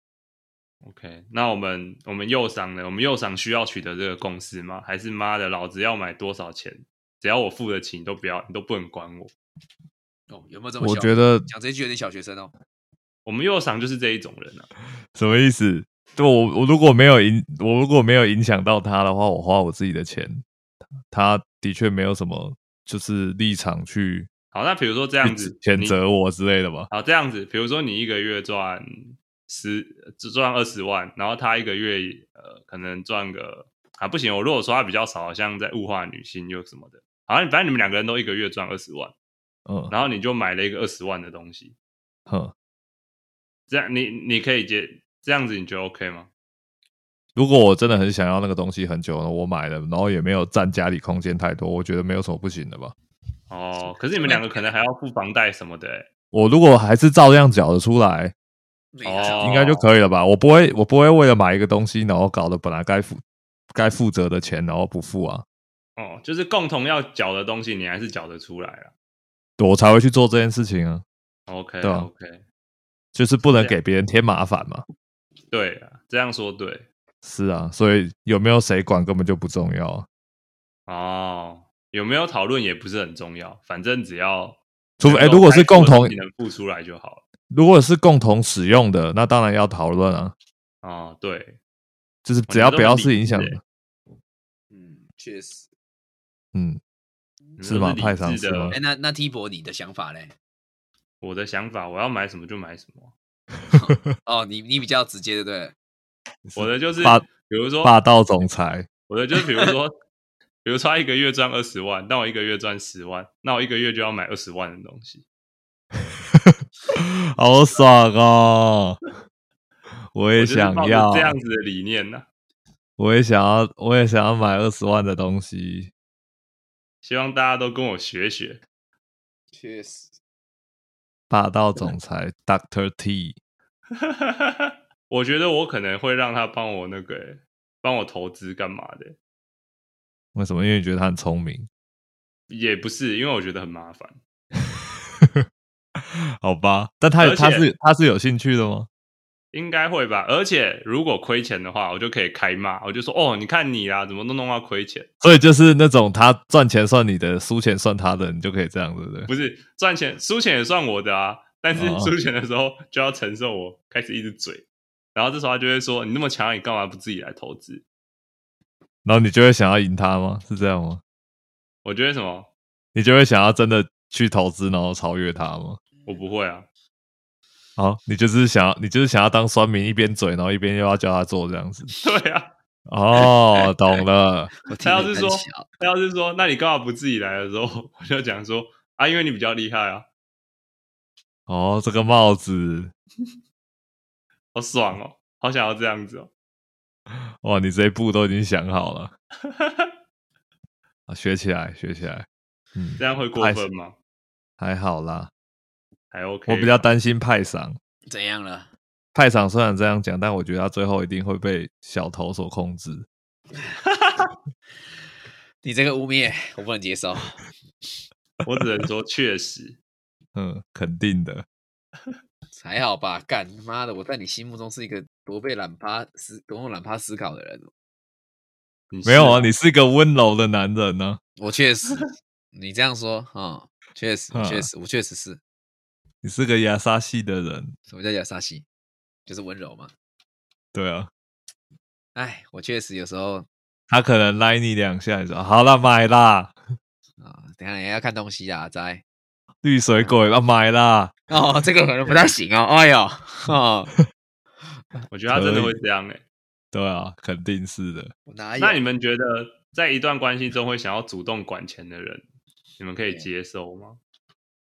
[SPEAKER 3] OK，那我们我们右赏呢？我们右赏需要取得这个共识吗？还是妈的，老子要买多少钱，只要我付得起，你都不要，你都不能管我。
[SPEAKER 1] 哦，有没有这么
[SPEAKER 2] 我
[SPEAKER 1] 小
[SPEAKER 2] 觉得
[SPEAKER 1] 讲这句有点小学生哦。
[SPEAKER 3] 我们右赏就是这一种人啊。
[SPEAKER 2] 什么意思？对我我如果没有影，我如果没有影响到他的话，我花我自己的钱，他的确没有什么就是立场去
[SPEAKER 3] 好，那比如说这
[SPEAKER 2] 去
[SPEAKER 3] 样子，
[SPEAKER 2] 谴
[SPEAKER 3] 你
[SPEAKER 2] 责我之类的吧。
[SPEAKER 3] 好，这样子，比如说你一个月赚十，只赚二十万，然后他一个月呃，可能赚个啊，不行，我如果说他比较少，好像在物化女性又什么的。好像反正你们两个人都一个月赚二十万，
[SPEAKER 2] 嗯
[SPEAKER 3] 然后你就买了一个二十万的东西，
[SPEAKER 2] 哼，
[SPEAKER 3] 这样你你可以接这样子，你觉得 OK 吗？
[SPEAKER 2] 如果我真的很想要那个东西很久了，我买了，然后也没有占家里空间太多，我觉得没有什么不行的吧。
[SPEAKER 3] 哦，可是你们两个可能还要付房贷什么的、欸，
[SPEAKER 2] 我如果还是照样缴得出来，
[SPEAKER 1] 没
[SPEAKER 3] 哦
[SPEAKER 1] 有
[SPEAKER 2] 应该就可以了吧？我不会，我不会为了买一个东西，然后搞得本来该负该负责的钱，然后不付啊，
[SPEAKER 3] 哦，就是共同要缴的东西，你还是缴得出来了。
[SPEAKER 2] 我才会去做这件事情啊。
[SPEAKER 3] OK
[SPEAKER 2] 对啊
[SPEAKER 3] OK，
[SPEAKER 2] 就是不能
[SPEAKER 3] 是这
[SPEAKER 2] 给别人添麻烦嘛。
[SPEAKER 3] 对啊，这样说对
[SPEAKER 2] 是啊，所以有没有谁管根本就不重要啊，
[SPEAKER 3] 哦。有没有讨论也不是很重要，反正只要
[SPEAKER 2] 除非
[SPEAKER 3] 能
[SPEAKER 2] 哎，
[SPEAKER 3] 够
[SPEAKER 2] 如果
[SPEAKER 3] 该
[SPEAKER 2] 是
[SPEAKER 3] 付的
[SPEAKER 2] 共
[SPEAKER 3] 东
[SPEAKER 2] 同
[SPEAKER 3] 西，能付出来就好了。
[SPEAKER 2] 如果是共同使用的，那当然要讨论啊。
[SPEAKER 3] 哦，对，
[SPEAKER 2] 就是只
[SPEAKER 3] 哦你
[SPEAKER 2] 要
[SPEAKER 3] 们都
[SPEAKER 2] 不要
[SPEAKER 3] 很理
[SPEAKER 2] 是影
[SPEAKER 3] 智
[SPEAKER 2] 响
[SPEAKER 3] 欸
[SPEAKER 2] 的，
[SPEAKER 1] 嗯，确实。
[SPEAKER 2] 嗯，
[SPEAKER 3] 你
[SPEAKER 2] 是
[SPEAKER 3] 都
[SPEAKER 2] 吗
[SPEAKER 3] 理
[SPEAKER 2] 派
[SPEAKER 3] 智
[SPEAKER 2] 上是吗
[SPEAKER 3] 的
[SPEAKER 1] 哎，，那那 T 博你的想法嘞？
[SPEAKER 3] 我的想法，我要买什么就买什么。
[SPEAKER 1] 哦，你你比较直接，对不对？
[SPEAKER 3] 欸我的就是，
[SPEAKER 2] 霸
[SPEAKER 3] 比如说，
[SPEAKER 2] 霸道总裁，
[SPEAKER 3] 我的就是，比如说，比如说他一个月赚二十万，那我一个月赚十万，那我一个月就要买二十万的东西。
[SPEAKER 2] 好爽哦！我
[SPEAKER 3] 我
[SPEAKER 2] 也
[SPEAKER 3] 就是
[SPEAKER 2] 想
[SPEAKER 3] 抱着
[SPEAKER 2] 要，
[SPEAKER 3] 这样子的理念呢、
[SPEAKER 2] 我也想要，我也想要买二十万的东西。
[SPEAKER 3] 希望大家都跟我学学。 <laughs>
[SPEAKER 1] 确实。
[SPEAKER 3] <laughs>
[SPEAKER 2] 霸道总裁 Doctor T，
[SPEAKER 3] 我觉得我可能会让他帮我那个、欸，帮我投资干嘛的欸、
[SPEAKER 2] 为什么？因为你觉得他很聪明，
[SPEAKER 3] 也不是，因为我觉得很麻烦。
[SPEAKER 2] 好吧？但他
[SPEAKER 3] 而且
[SPEAKER 2] 他是他是有兴趣的吗？
[SPEAKER 3] 应该会吧，而且如果亏钱的话，我就可以开骂，我就说哦，你看你啊，怎么都弄到亏钱？
[SPEAKER 2] <laughs> 所以就是那种他赚钱算你的，输钱算他的，你就可以这样，对不对？
[SPEAKER 3] 不是赚钱输钱也算我的啊，但是
[SPEAKER 2] 哦
[SPEAKER 3] 输钱的时候就要承受我开始一直嘴，然后这时候他就会说你那么强，你干嘛不自己来投资？
[SPEAKER 2] 然后你就会想要赢他吗？是这样吗？
[SPEAKER 3] 我觉得什么？
[SPEAKER 2] 你就会想要真的去投资，然后超越他吗？
[SPEAKER 3] 我不会啊， <laughs>
[SPEAKER 2] 好，你就是想要，你就是想要当酸民，一边嘴，然后一边又要教他做这样子。
[SPEAKER 3] 对啊，
[SPEAKER 2] 哦，懂了。
[SPEAKER 4] 我
[SPEAKER 3] 他
[SPEAKER 4] 听
[SPEAKER 3] 要
[SPEAKER 4] 得很
[SPEAKER 3] 是说
[SPEAKER 4] 巧
[SPEAKER 3] 他要是说那你干嘛不自己来的时候，我就讲说啊，因为你比较厉害啊，
[SPEAKER 2] 哦，这个帽子，
[SPEAKER 3] 好爽哦，好想要这样子哦。 <laughs>
[SPEAKER 2] 哇，你这一步都已经想好了。啊学起来，学起来。嗯
[SPEAKER 3] 这，样会过分吗？
[SPEAKER 2] 还好啦。
[SPEAKER 3] 还 OK，
[SPEAKER 2] 我比较
[SPEAKER 3] 吧
[SPEAKER 2] 担心派赏。
[SPEAKER 1] 怎样了？
[SPEAKER 2] 派赏虽然这样讲，但我觉得他最后一定会被小头所控制。
[SPEAKER 1] 你这个污蔑我不能接受。
[SPEAKER 3] 我只能说确实，
[SPEAKER 2] 嗯，肯定的。
[SPEAKER 1] 还好吧，干妈的，我在你心目中是一个多被懒趴思多么懒趴思考的人。哦
[SPEAKER 3] 你是
[SPEAKER 2] 没有啊，你是一个温柔的男人啊呢、
[SPEAKER 1] 我确实，你这样说啊、嗯确实，我确
[SPEAKER 2] 嗯
[SPEAKER 1] 实，我确实是。
[SPEAKER 2] 你是个牙沙系的人。
[SPEAKER 1] 什么叫雅萨西？就是温柔嘛。
[SPEAKER 2] 对啊，
[SPEAKER 1] 哎，我确实有时候
[SPEAKER 2] 他可能拉你两下，你说好啦，买啦，
[SPEAKER 1] 啊、等一下也要看东西啊，在
[SPEAKER 2] 绿水鬼啊，买啦。
[SPEAKER 1] 哦，这个可能不太行哦。哎呦，哦，
[SPEAKER 3] 我觉得他真的
[SPEAKER 2] 可
[SPEAKER 3] 会
[SPEAKER 2] 以
[SPEAKER 3] 这样哎、
[SPEAKER 2] 对啊，肯定是的。
[SPEAKER 1] 我哪有？
[SPEAKER 3] 那你们觉得在一段关系中会想要主动管钱的人，你们可以接受吗？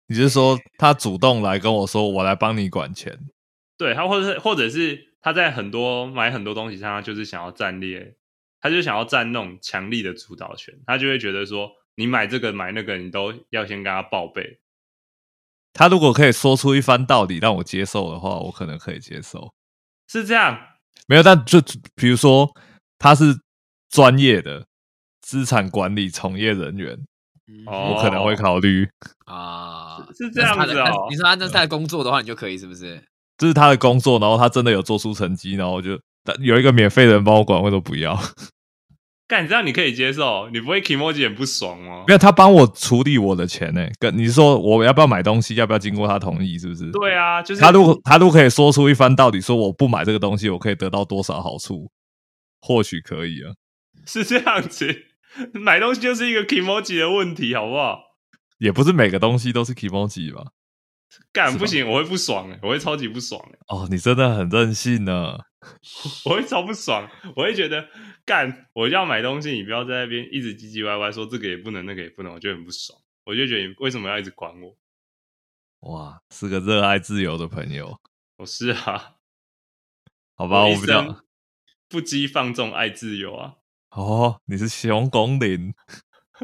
[SPEAKER 2] 你是说他主动来跟我说，我来帮你管钱？
[SPEAKER 3] 对他，或者是或者是他在很多买很多东西上，他就是想要占列，他就想要占那种强力的主导权，他就会觉得说，你买这个买那个，你都要先跟他报备。
[SPEAKER 2] 他如果可以说出一番道理让我接受的话，我可能可以接受。
[SPEAKER 3] 是这样，
[SPEAKER 2] 没有，但就比如说他是专业的资产管理从业人员，
[SPEAKER 1] 嗯
[SPEAKER 3] 哦
[SPEAKER 2] 我可能会考虑，
[SPEAKER 1] 啊，
[SPEAKER 3] 是是这
[SPEAKER 1] 那
[SPEAKER 3] 样
[SPEAKER 1] 他的
[SPEAKER 3] 子
[SPEAKER 1] 那
[SPEAKER 3] 哦
[SPEAKER 1] 你说按照他的工作的话，你就可以是不是？
[SPEAKER 2] 这是他的工作，然后他真的有做出成绩，然后我就但有一个免费的人帮我管，为什么不要？ <laughs>
[SPEAKER 3] 干这样你可以接受，你不会 emoji 很不爽哦吗
[SPEAKER 2] 没？有，他帮我处理我的钱呢、跟你是说我要不要买东西，要不要经过他同意，是不是？
[SPEAKER 3] 对啊，就是
[SPEAKER 2] 他如果他如果可以说出一番道理，说我不买这个东西，我可以得到多少好处，或许可以啊，
[SPEAKER 3] 是这样子，买东西就是一个 emoji 的问题，好不好？
[SPEAKER 2] 也不是每个东西都是 k i m o j i 吧？
[SPEAKER 3] 干
[SPEAKER 2] 是吧
[SPEAKER 3] 不行，我会不爽哎、我会超级不爽哎、
[SPEAKER 2] 哦，你真的很任性啊呢。
[SPEAKER 3] 我会超不爽，我会觉得干，我要买东西，你不要在那边一直唧唧歪歪说这个也不能，那个也不能，我就很不爽，我就觉得你为什么要一直管我？
[SPEAKER 2] 哇，是个热爱自由的朋友，
[SPEAKER 3] 我是啊，
[SPEAKER 2] 好吧？我
[SPEAKER 3] 一
[SPEAKER 2] 比较
[SPEAKER 3] 生不羁放纵，爱自由啊，
[SPEAKER 2] 哦，你是熊拱林， <laughs>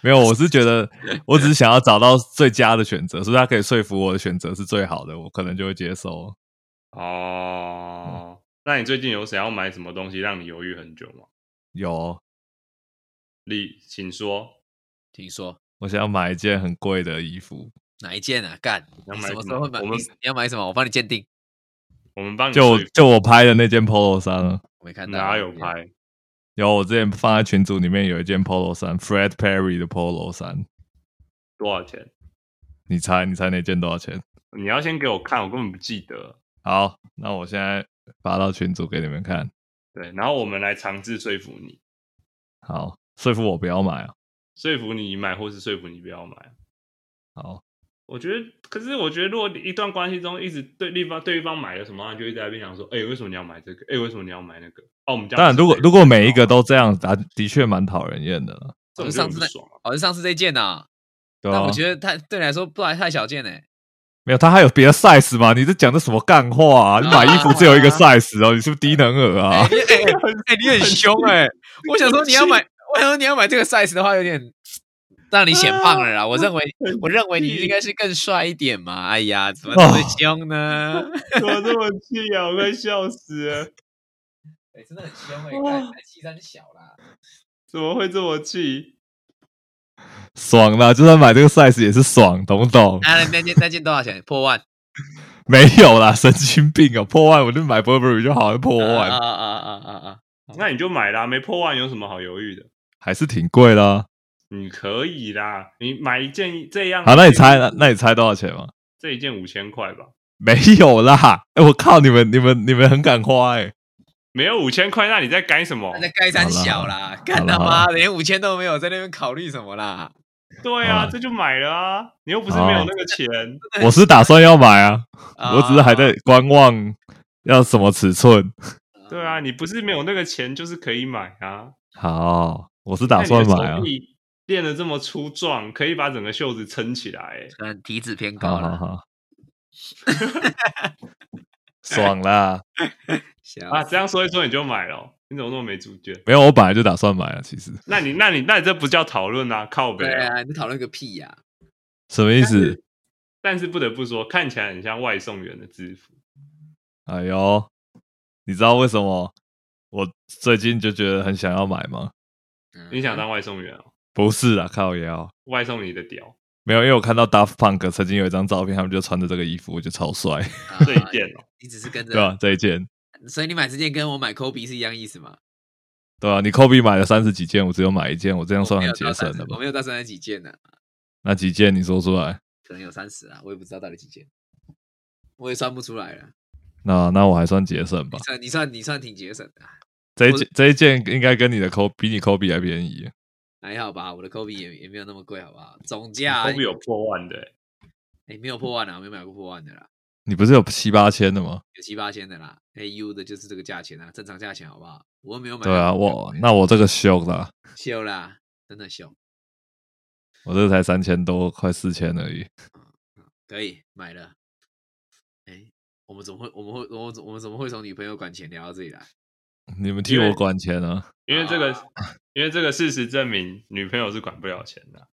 [SPEAKER 2] 没有，我是觉得我只是想要找到最佳的选择，所以他可以说服我的选择是最好的，我可能就会接受。
[SPEAKER 3] 哦。那你最近有想要买什么东西让你犹豫很久吗？
[SPEAKER 2] 有，
[SPEAKER 3] 丽，请说。
[SPEAKER 1] 听说
[SPEAKER 2] 我想要买一件很贵的衣服，
[SPEAKER 1] 哪一件啊？干，
[SPEAKER 3] 要
[SPEAKER 1] 你
[SPEAKER 3] 买
[SPEAKER 1] 什么
[SPEAKER 3] 什
[SPEAKER 1] 时候
[SPEAKER 3] 么
[SPEAKER 1] 会买？
[SPEAKER 3] 我
[SPEAKER 1] 你
[SPEAKER 3] 们
[SPEAKER 1] 你要买什么？我帮你鉴定。
[SPEAKER 3] 我们帮你
[SPEAKER 2] 就
[SPEAKER 3] 说
[SPEAKER 2] 我
[SPEAKER 3] 服
[SPEAKER 2] 就我拍的那件 polo 衫啊，
[SPEAKER 1] 我没看到，
[SPEAKER 3] 哪有
[SPEAKER 1] 我没？
[SPEAKER 3] 拍？
[SPEAKER 2] 有我之前放在群组里面有一件 polo 衫，Fred Perry 的 polo 衫，
[SPEAKER 3] 多少钱？
[SPEAKER 2] 你猜你猜那件多少钱？
[SPEAKER 3] 你要先给我看，我根本不记得。
[SPEAKER 2] 好，那我现在发到群组给你们看。
[SPEAKER 3] 对，然后我们来尝试说服你，
[SPEAKER 2] 好，说服我不要买啊。
[SPEAKER 3] 说服你买，或是说服你不要买。
[SPEAKER 2] 好，
[SPEAKER 3] 我觉得，可是我觉得，如果一段关系中一直对对方对方买了什么，你就一直在那边讲说，哎、为什么你要买这个？哎、为什么你要买那个？哦，我们家
[SPEAKER 2] 当然如果如果每一个
[SPEAKER 3] 都
[SPEAKER 2] 都这样，啊，的确蛮讨人厌的了。
[SPEAKER 3] 这种就很不爽 <laughs> 啊、
[SPEAKER 1] 好像上次这件呐、
[SPEAKER 2] 对
[SPEAKER 1] 但
[SPEAKER 2] 啊
[SPEAKER 1] 我，觉得太对你来说不然太小件哎、
[SPEAKER 2] 没有他还有别的 size 吗？你这讲的什么干话啊？你买衣服只有
[SPEAKER 1] <laughs>
[SPEAKER 2] 一个 size 哦，你是不是低能儿 <laughs>
[SPEAKER 1] 哎、
[SPEAKER 2] 啊？
[SPEAKER 1] 你哎哎哎你很凶哎、我想说你要买，我想说你要买这个 size 的话，有点让你显胖了啦。我认为，我认为你应该是更帅一点嘛。哎呀，怎么那
[SPEAKER 2] 哦
[SPEAKER 1] 么凶呢？
[SPEAKER 3] 怎么这么气啊？我快笑死了！
[SPEAKER 1] <laughs> 哎、真的很凶哎、
[SPEAKER 3] 哇
[SPEAKER 1] 欸，
[SPEAKER 2] 哦
[SPEAKER 1] 才七三小啦。
[SPEAKER 3] 怎么会这么气？
[SPEAKER 2] 爽啦！就算买这个 size 也是爽，懂不懂？ <laughs>
[SPEAKER 1] 啊，那件那件多少钱？破万。
[SPEAKER 2] 没有啦，神经病哦、破万我就买 Burberry 就好，破万、
[SPEAKER 1] 啊啊啊啊啊！
[SPEAKER 3] 那你就买啦，没破万有什么好犹豫的？
[SPEAKER 2] 还是挺贵啊啦。
[SPEAKER 3] 你可以啦，你买一件这样。
[SPEAKER 2] 好，那你猜，那那你猜多少钱吗？
[SPEAKER 3] 这一件五千块吧？
[SPEAKER 2] 没有啦！哎、我靠，你们你们你们很敢花哎、
[SPEAKER 3] 没有五千块，那你在干什么
[SPEAKER 1] 那？在盖三小
[SPEAKER 2] 好
[SPEAKER 1] 啦
[SPEAKER 2] 啦，
[SPEAKER 1] 干他
[SPEAKER 2] 好啦
[SPEAKER 1] 妈的连五千都没有，在那边考虑什么啦？
[SPEAKER 3] 对啊，
[SPEAKER 2] 啊哦
[SPEAKER 3] 这就买了啊！你又不是没有那个 <laughs> 钱，
[SPEAKER 2] 我是打算要买啊，
[SPEAKER 1] <laughs> 啊
[SPEAKER 2] 我只是还在观望要什么尺寸。
[SPEAKER 3] 对啊，，你不是没有那个钱，就是可以买啊。
[SPEAKER 2] 好，我是打算
[SPEAKER 1] 哎
[SPEAKER 2] 买啊
[SPEAKER 3] 看你的手。臂练得这么粗壮，可以把整个袖子撑起来、欸。
[SPEAKER 1] 可能体脂偏高
[SPEAKER 2] 好好
[SPEAKER 1] 了。
[SPEAKER 2] 好，
[SPEAKER 1] <laughs>
[SPEAKER 2] 爽啦！
[SPEAKER 1] 小
[SPEAKER 3] 啊，这样说一说你就买了哦、你怎么那么没主见？
[SPEAKER 2] 没有，我本来就打算买了，其实
[SPEAKER 3] 那你那你那你这不叫讨论啊，靠北
[SPEAKER 1] 对
[SPEAKER 3] 啊！
[SPEAKER 1] 啊，你讨论个屁呀、
[SPEAKER 2] 什么意思？
[SPEAKER 3] 但是不得不说，看起来很像外送员的制服。
[SPEAKER 2] 哎呦，你知道为什么我最近就觉得很想要买吗？
[SPEAKER 1] 嗯
[SPEAKER 3] 你想当外送员哦？
[SPEAKER 2] 不是啦，靠腰，
[SPEAKER 3] 外送你的屌，
[SPEAKER 2] 没有，因为我看到 Daft Punk 曾经有一张照片，他们就穿着这个衣服，我觉得超帅，
[SPEAKER 1] 啊
[SPEAKER 3] 这一件哦，
[SPEAKER 1] 你只是跟
[SPEAKER 2] 对啊吧、
[SPEAKER 1] 着，
[SPEAKER 2] 这一件，
[SPEAKER 1] 所以你买这件跟我买 Kobe 是一样意思嘛？
[SPEAKER 2] 对吧、啊你 Kobe 买了三十几件，我只有买一件，我这样算
[SPEAKER 1] 我没
[SPEAKER 2] 很
[SPEAKER 1] 有
[SPEAKER 2] 节
[SPEAKER 1] 到
[SPEAKER 2] 省
[SPEAKER 1] 30
[SPEAKER 2] 了吧
[SPEAKER 1] 我？没有到三十几件呢、
[SPEAKER 2] 那几件你说出来，
[SPEAKER 1] 可能有三十啊，我也不知道到底几件，我也算不出来了。
[SPEAKER 2] 那那我还算节省吧
[SPEAKER 1] 你。算你算你算挺节省的啊，
[SPEAKER 2] 这一
[SPEAKER 1] 我
[SPEAKER 2] 件这一件应该跟你的 Kobe 比你 Kobe 还便宜，
[SPEAKER 1] 还好吧？我的 Kobe 也也没有那么贵，好不好？总价
[SPEAKER 3] 会不会有破万的、欸？
[SPEAKER 1] 哎、没有破万啊，没有买过破万的啦，
[SPEAKER 2] 你不是有七八千的吗？
[SPEAKER 1] 有七八千的啦。AU 的就是这个价钱啊，正常价钱好不好？我又没有买。
[SPEAKER 2] 对啊，我那我这个秀啦，
[SPEAKER 1] 秀啦，真的秀，
[SPEAKER 2] 我这个才三千多，快四千而已。
[SPEAKER 1] 可以买了。哎、我们怎么会我们会我们怎我们怎么会从女朋友管钱聊到这里来？
[SPEAKER 2] 你们替
[SPEAKER 3] 因为
[SPEAKER 2] 我管钱啊！ <laughs>
[SPEAKER 3] 因为这个，
[SPEAKER 1] 啊
[SPEAKER 3] <laughs> 因为这个事实证明，女朋友是管不了钱的。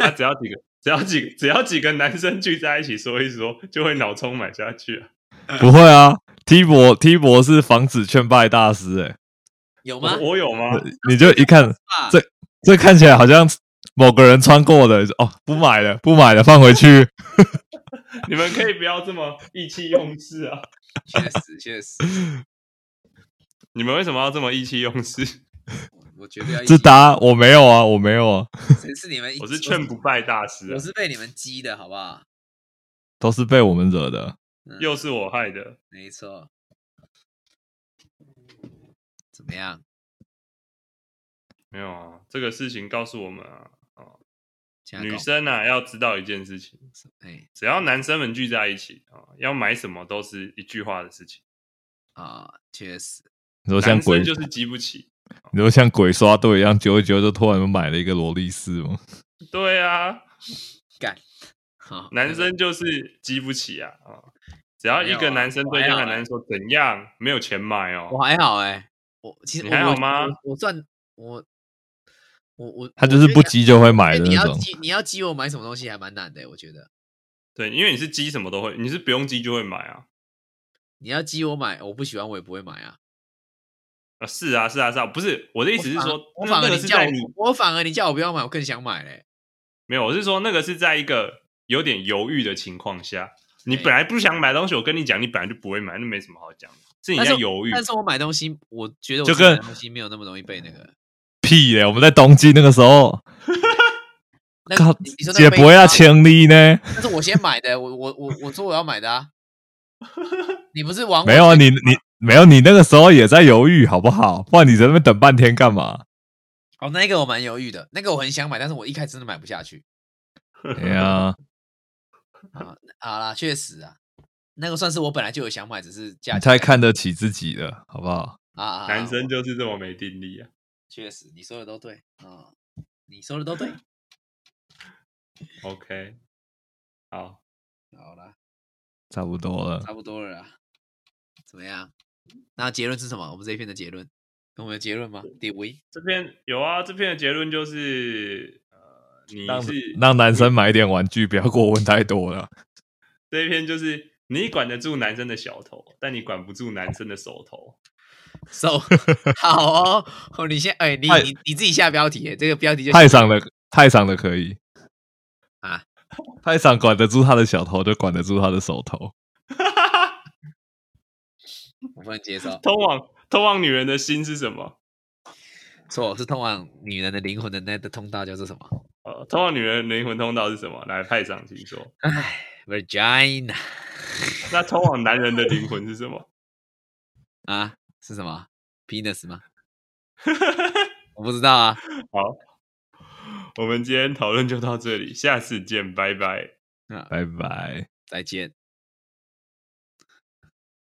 [SPEAKER 3] 她只要几个，只要几个，只要几个男生聚在一起说一说，就会脑充买下去啊。
[SPEAKER 2] 不会啊，T 博 T 博是防止劝败大师哎、
[SPEAKER 1] 有吗？
[SPEAKER 3] 我我有吗？
[SPEAKER 2] 你就一看
[SPEAKER 1] 啊
[SPEAKER 2] 这这看起来好像某个人穿过的哦，不买了，不买了，放回去。
[SPEAKER 3] 你们可以不要这么意气用事啊！
[SPEAKER 1] 确实确实，
[SPEAKER 3] 你们为什么要这么意气
[SPEAKER 1] <laughs>
[SPEAKER 3] 用事？
[SPEAKER 1] 我我绝对要一
[SPEAKER 2] 这
[SPEAKER 1] 起
[SPEAKER 2] 答我没有啊，我没有啊，
[SPEAKER 1] 谁是你们一
[SPEAKER 3] 我
[SPEAKER 1] 激
[SPEAKER 3] 是劝不败大师
[SPEAKER 1] 我
[SPEAKER 3] 啊，
[SPEAKER 1] 是被你们激的，好不好？
[SPEAKER 2] 都是被我们惹的。
[SPEAKER 1] 嗯
[SPEAKER 3] 又是我害的。
[SPEAKER 1] 没错。怎么样？
[SPEAKER 3] 没有啊，这个事情告诉我们啊，啊
[SPEAKER 1] 加
[SPEAKER 3] 女
[SPEAKER 1] 工
[SPEAKER 3] 生啊要知道一件事情，
[SPEAKER 1] 哎
[SPEAKER 3] 只要男生们聚在一起啊，要买什么都是一句话的事情。
[SPEAKER 1] 啊，确实
[SPEAKER 2] 你说像
[SPEAKER 3] 男
[SPEAKER 2] 鬼，
[SPEAKER 3] 生就是急不起。
[SPEAKER 2] 你说像鬼刷队一样，久一久就突然买了一个萝莉丝吗？
[SPEAKER 3] 对啊，
[SPEAKER 1] 干。好，
[SPEAKER 3] 男
[SPEAKER 1] 那
[SPEAKER 3] 生就是激不起啊啊！只要一
[SPEAKER 1] 没有
[SPEAKER 3] 个
[SPEAKER 1] 啊
[SPEAKER 3] 男生对另
[SPEAKER 1] 我还好
[SPEAKER 3] 外一个
[SPEAKER 1] 欸
[SPEAKER 3] 男生说怎样，没有钱买哦
[SPEAKER 1] 我，还好哎、我其实
[SPEAKER 3] 你
[SPEAKER 1] 我
[SPEAKER 3] 还
[SPEAKER 1] 我
[SPEAKER 3] 好吗
[SPEAKER 1] 我我赚我我我
[SPEAKER 2] 他就是不
[SPEAKER 1] 急
[SPEAKER 2] 急就会买的
[SPEAKER 1] 你
[SPEAKER 2] 那
[SPEAKER 1] 要
[SPEAKER 2] 种。
[SPEAKER 1] 激你要激我买什么东西还蛮难的、我觉得
[SPEAKER 3] 对，因为你是激什么都会，你是不用激就会买啊。
[SPEAKER 1] 你要激我买，我不喜欢我也不会买啊。
[SPEAKER 3] 啊，是啊，是啊，是啊，不是我的意思是说，
[SPEAKER 1] 我
[SPEAKER 3] 那
[SPEAKER 1] 反
[SPEAKER 3] 那
[SPEAKER 1] 而
[SPEAKER 3] 个
[SPEAKER 1] 你
[SPEAKER 3] 是
[SPEAKER 1] 叫
[SPEAKER 3] 在
[SPEAKER 1] 我
[SPEAKER 3] 你，
[SPEAKER 1] 我反而你叫我不要买，我更想买嘞、
[SPEAKER 3] 没有，我是说那个是在一个有点犹豫的情况下，你
[SPEAKER 1] 对
[SPEAKER 3] 本来不想买东西，我跟你讲，你本来就不会买，那没什么好讲的，是你
[SPEAKER 1] 但是
[SPEAKER 3] 在
[SPEAKER 1] 我
[SPEAKER 3] 犹豫。
[SPEAKER 1] 但是我买东西，我觉得我
[SPEAKER 2] 嗯就
[SPEAKER 1] 自己买
[SPEAKER 2] 跟
[SPEAKER 1] 东西没有那么容易被那
[SPEAKER 2] <laughs>
[SPEAKER 1] 个。
[SPEAKER 2] 屁嘞！我们在东京那个时候，
[SPEAKER 1] 那
[SPEAKER 2] 靠
[SPEAKER 1] 你你说，那
[SPEAKER 2] 姐
[SPEAKER 1] 个
[SPEAKER 2] 不会要
[SPEAKER 1] 杯子吗，
[SPEAKER 2] 千里呢？
[SPEAKER 1] 那是我先买的，我我我我说我要买的
[SPEAKER 2] <laughs>
[SPEAKER 1] 啊。你不是玩
[SPEAKER 2] 没有啊，你你没有，你那个时候也在犹豫，好不好？不然你在那边等半天干嘛？
[SPEAKER 1] 哦，那个我蛮犹豫的，那个我很想买，但是我一开始真的买不下去。
[SPEAKER 2] 哎呀，
[SPEAKER 1] 啊，好啦，确实啊，那个算是我本来就有想买，只是价钱
[SPEAKER 2] 你太看得起自己了，好不好？
[SPEAKER 1] 啊啊，啊
[SPEAKER 3] 男生就是这么没定力啊！
[SPEAKER 1] 确实你说的都对啊，你说的都
[SPEAKER 2] <laughs>
[SPEAKER 1] 对。
[SPEAKER 3] OK，好，
[SPEAKER 1] 好啦，
[SPEAKER 2] 差不多了，
[SPEAKER 1] 差不多了啦，怎么样？那结论是什么？我们这一篇的结论，我们有结论吗？第五一
[SPEAKER 3] 这边有啊，这篇的结论就是，呃，你
[SPEAKER 2] 让
[SPEAKER 3] 是
[SPEAKER 2] 让男生买一点玩具，不要给我问太多了。
[SPEAKER 3] 这一篇就是你管得住男生的小头，但你管不住男生的手头。 <laughs>
[SPEAKER 1] So <laughs> 好哦，哦你先哎、你
[SPEAKER 2] 太
[SPEAKER 1] 你你自己下标题耶，这个标题就
[SPEAKER 2] 太长的太长的可以
[SPEAKER 1] 啊，
[SPEAKER 2] <laughs> 太长管得住他的小头，就管得住他的手头。
[SPEAKER 1] 我不能接受。
[SPEAKER 3] 通往通往女人的心是什么？
[SPEAKER 1] 错，是通往女人的灵魂的那个通道叫做什么
[SPEAKER 3] 呃，通往女人的灵魂通道是什么？来，派长，请说。
[SPEAKER 1] ？Vagina
[SPEAKER 3] 那通往男人的灵魂是什么？ <laughs>
[SPEAKER 1] 啊，是什么？Penis 吗？我不知道啊。
[SPEAKER 3] 好，我们今天讨论就到这里，下次见，拜拜。
[SPEAKER 2] 拜拜。
[SPEAKER 1] 再见。